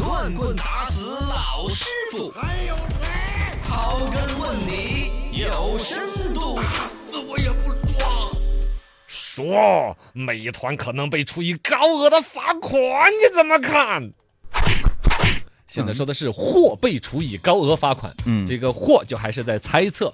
乱棍打死老师傅，还有谁？刨根问底有深度。这我也不说。说美团可能被处以高额的罚款，你怎么看？现在说的是或被处以高额罚款，嗯这个或就还是在猜测，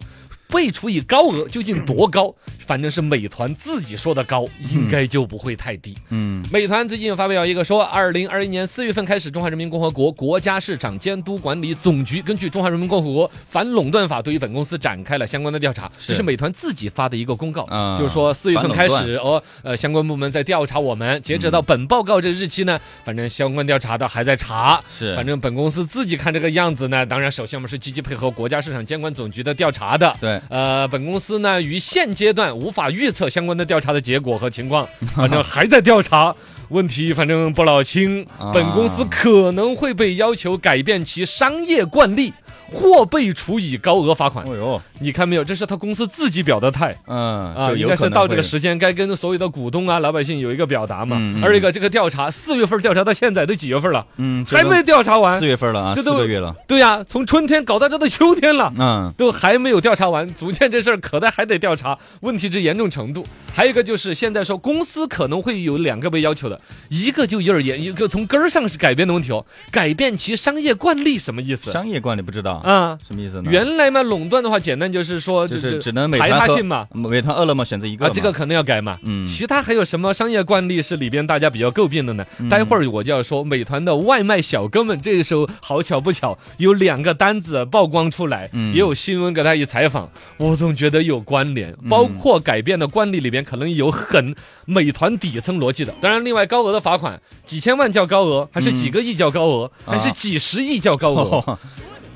被处以高额究竟多高？反正是美团自己说的高，应该就不会太低。嗯美团最近发表一个说，二零二一年四月份开始，中华人民共和国国家市场监督管理总局根据《中华人民共和国反垄断法》对于本公司展开了相关的调查。是这是美团自己发的一个公告，啊就是说四月份开反始，哦，呃，相关部门在调查我们。截止到本报告这日期呢，反正相关调查的还在查。是反正本公司自己看这个样子呢，当然首先我们是积极配合国家市场监管总局的调查的。对呃，本公司呢于现阶段无法预测相关的调查的结果和情 况，反正还在调查。问题反正不老清啊，本公司可能会被要求改变其商业惯例，或被处以高额罚款。哦呦，你看没有？这是他公司自己表的态。嗯啊，就应有该可是能到这个会时间该跟所有的股东啊、老百姓有一个表达嘛。嗯嗯而一个这个调查，四月份调查到现在都几月份了，嗯，这还都没调查完四。月份了啊，这四都个月了，对呀、从春天搞到这都秋天了。嗯都还没有调查完，足见这事儿可能还得调查问题之严重程度。还有一个就是现在说公司可能会有两个被要求的，一个就有点严，一个从根儿上是改变的问题哦，改变其商业惯例什么意思？商业惯例不知道啊，什么意思呢？原来嘛垄断的话，简单就是说就是就只能美排团他和性嘛。美团、饿了么选择一个啊，嘛这个可能要改嘛。嗯其他还有什么商业惯例是里边大家比较诟病的呢？嗯待会儿我就要说，美团的外卖小哥们，这个时候好巧不巧，有两个单子曝光出来，嗯也有新闻给他一采访，我总觉得有关联，嗯包括改变的惯例里边可能有很美团底层逻辑的。当然，另外高额的罚款，几千万叫高额，还是嗯几个亿叫高额，还是啊几十亿叫高哦额？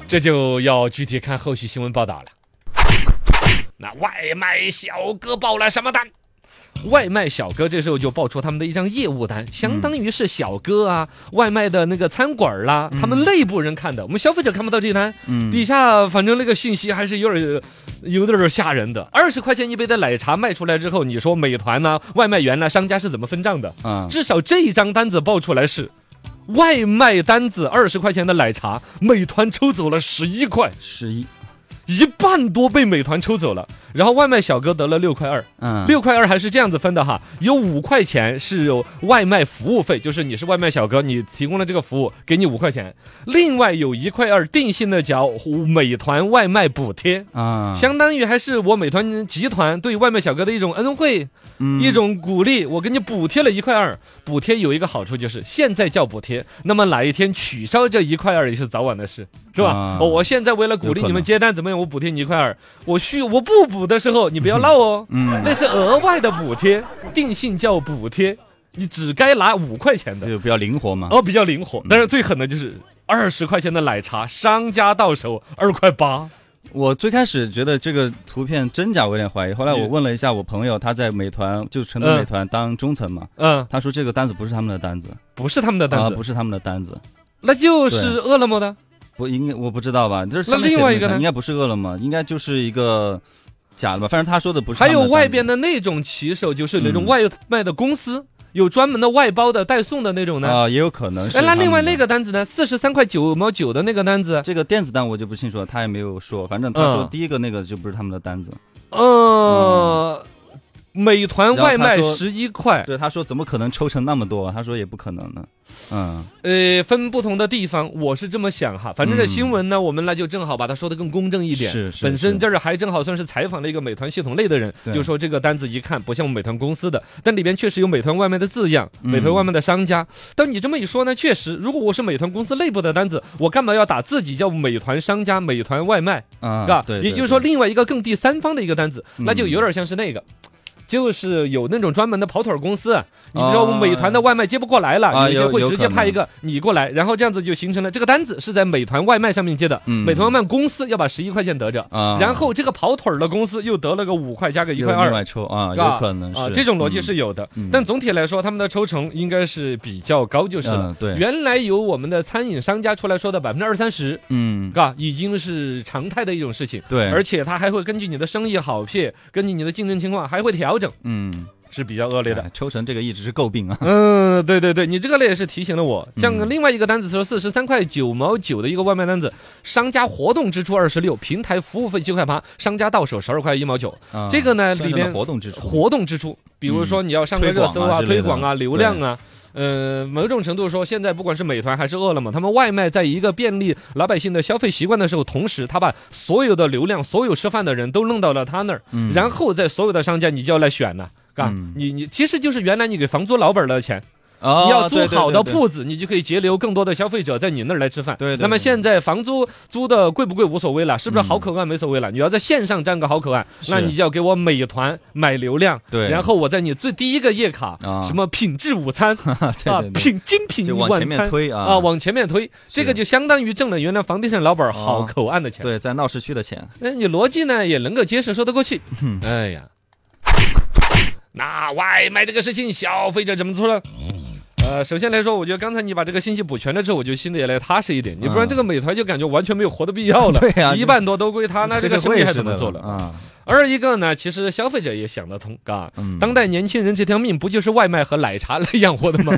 这就要具体看后续新闻报道了。那外卖小哥报了什么单？外卖小哥这时候就爆出他们的一张业务单，相当于是小哥啊、外卖的那个餐馆儿啦，他们内部人看的，我们消费者看不到这单。嗯底下反正那个信息还是有点有点儿吓人的。二十块钱一杯的奶茶卖出来之后，你说美团呐、外卖员呐、啊商家是怎么分账的？啊，至少这一张单子爆出来是。外卖单子二十块钱的奶茶，美团抽走了十一块，十一，一半多被美团抽走了。然后外卖小哥得了六块二，嗯，六块二还是这样子分的哈，有五块钱是有外卖服务费，就是你是外卖小哥，你提供了这个服务，给你五块钱，另外有一块二定性的缴美团外卖补贴。啊，相当于还是我美团集团对外卖小哥的一种恩惠，嗯一种鼓励，我给你补贴了一块二。补贴有一个好处就是现在叫补贴，那么哪一天取消这一块二也是早晚的事，是吧？啊哦，我现在为了鼓励有可能你们接单，怎么样？我补贴你一块二，我需我不补的时候，你不 要闹哦。嗯那是额外的补贴，定性叫补贴，你只该拿五块钱的，就比较灵活嘛，哦，比较灵活。嗯但是最狠的就是二十块钱的奶茶，商家到手二块八。我最开始觉得这个图片真假我有点怀疑，后来我嗯问了一下我朋友，他在美团就成都美团当中层嘛，嗯，他说这个单子不是他们的单子，不是他们的单啊子，不是他们的单子，那就是饿了么的。不应该我不知道吧？这是那上面写的另外一个呢应该不是饿了么，应该就是一个假的吧？反正他说的不是他还们的有单子。外边的那种骑手，就是那种嗯外卖的公司，有专门的外包的代送的那种呢。啊，也有可能是哎，他那们的。另外那个单子呢？四十三块九毛九的那个单子，这个电子单我就不清楚了，他也没有说，反正他嗯说第一个那个就不是他们的单子。呃，美团外卖嗯然后他说十一块，对，他说怎么可能抽成那么多？他说也不可能的。嗯呃，分不同的地方，我是这么想哈。反正这嗯新闻呢，我们那就正好把它说的更公正一点。是是本身是这儿还正好算是采访了一个美团系统内的人，对就说这个单子一看不像我们美团公司的，但里边确实有美团外卖的字样，美团嗯外卖的商家。但你这么一说呢，确实，如果我是美团公司内部的单子，我干嘛要打自己叫美团商家、美团外卖，啊，是吧？对，也对就是说，对另外一个更第三方的一个单子，那就嗯有点像是那个。就是有那种专门的跑腿儿公司，啊你比如说我们美团的外卖接不过来了，有啊一些有会有直可接派能一个你过来，然后这样子就形成了这个单子是在美团外卖上面接的，嗯美团外卖公司要把十一块钱得着，啊，然后这个跑腿儿的公司又得了个五块加个一块又二另，外抽啊，是吧有可能啊是，这种逻辑嗯是有的嗯。但总体来说，他们的抽成应该是比较高就是了嗯。对原来有我们的餐饮商家出来说的百分之二三十，嗯，嘎，已经是常态的一种事情。对，而且它还会根据你的生意好撇，根据你的竞争情况还会调整。嗯是比较恶劣的。哎抽成这个一直是诟病啊。嗯，对对对，你这个类也是提醒了我。嗯像另外一个单子说四十三块九毛九的一个外卖单子，商家活动支出二十六，平台服务费七块八，商家到手十二块一毛九。啊这个呢算里上了边活动支出，活动支出，比如说你要上个推热广搜啊啊、之类推的广啊、流量啊。呃，某种程度说，现在不管是美团还是饿了么，他们外卖在一个便利老百姓的消费习惯的时候，同时他把所有的流量、所有吃饭的人都弄到了他那儿，嗯然后在所有的商家你就要来选呐、嘎，嗯你你其实就是原来你给房租老板儿的钱，哦你要租对对好的对对铺子，你就可以截留更多的消费者在你那儿来吃饭。对对对那么现在房租租的贵不贵无所谓了，是不是嗯好口岸没所谓了？你要在线上占个好口岸，是那你就要给我美团买流量，对然后我在你最第一个页卡啊，什么品质午 餐啊，对对对品精品就往前晚面餐推啊啊，往前面推，这个是就相当于挣了原来房地产老板好哦口岸的钱。对，在闹市区的钱，那你逻辑呢也能够接受，说得过去。嗯哎呀，那外卖这个事情，消费者怎么说呢？呃，首先来说，我觉得刚才你把这个信息补全了之后，我就心里也来踏实一点。你不然嗯这个美团就感觉完全没有活的必要了。 对呀一半多都归他，那这个生意还怎么做了？啊？二一个呢，其实消费者也想得通，嘎嗯，当代年轻人这条命不就是外卖和奶茶来养活 的吗？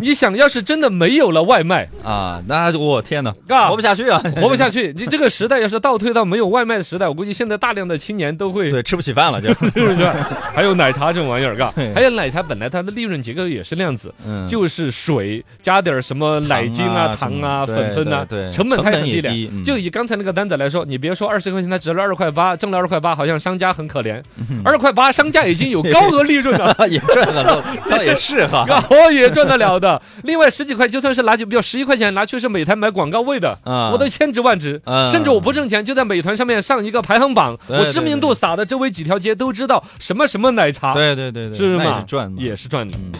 你想要是真的没有了外卖，啊，那就我天哪，嘎活不下去啊，活不下去。你这个时代要是倒退到没有外卖的时代，我估计现在大量的青年都会对，吃不起饭了就， 是不是？还有奶茶这种玩意儿，嘎对，还有奶茶本来它的利润结构也是那样子，嗯就是水加点儿什么奶精啊、糖啊糖啊、什么粉分啊对对，对成本太很低成本也低廉。嗯就以刚才那个单子来说，你别说二十块钱，它值了二块八，挣了二块八，好像商家很可怜，嗯二块八商家已经有高额利润 了。也赚很多，倒也是哈，高也赚得了的，另外十几块就算是拿去，比如十一块钱拿去是美团买广告位的，啊我都千值万值，啊甚至我不挣钱就在美团上面上一个排行榜，对我知名度撒的周围几条街都知道什么什么奶茶，对对对对，啊是那也吗是？赚嘛，也是赚的。嗯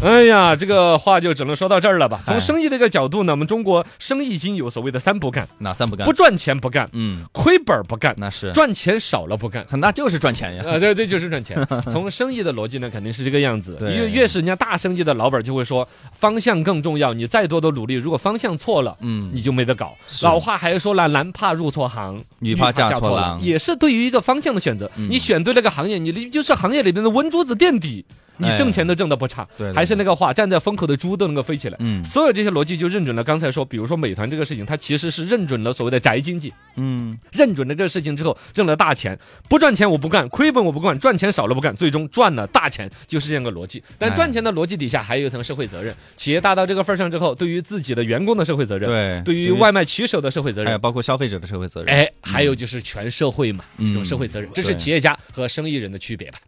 哎呀，这个话就只能说到这儿了吧。从哎生意的一个角度呢，我们中国生意已经有所谓的三不干：哪三不干？不，赚钱不干，嗯，亏本不干，那是，赚钱少了 不干。那就是赚钱呀，啊，对对，就是赚 钱。从生意的逻辑呢，肯定是这个样子。对越越是人家大生意的老板就会说，方向更重要。你再多的努力，如果方向错了，嗯你就没得搞。老话还说了，男怕入错行，女怕嫁错郎也是对于一个方向的选择。嗯你选对了个行业，你就是行业里边的温珠子垫底，你哎挣钱都挣得不差。对对还是那个话，站在风口的猪都能够飞起来。嗯所有这些逻辑就认准了刚才说，比如说美团这个事情，它其实是认准了所谓的宅经济。嗯，认准了这个事情之后，挣了大钱，不赚钱我不干，亏本我不干，赚钱少了不干，最终赚了大钱，就是这样一个逻辑。但哎赚钱的逻辑底下还有一层社会责任，企业大到这个份儿上之后，对于自己的员工的社会责任，对，哎对于外卖骑手的社会责还有任。包括消费者的社会责任，哎，还有就是全社会嘛，嗯这种社会责任，这是对企业家和生意人的区别吧。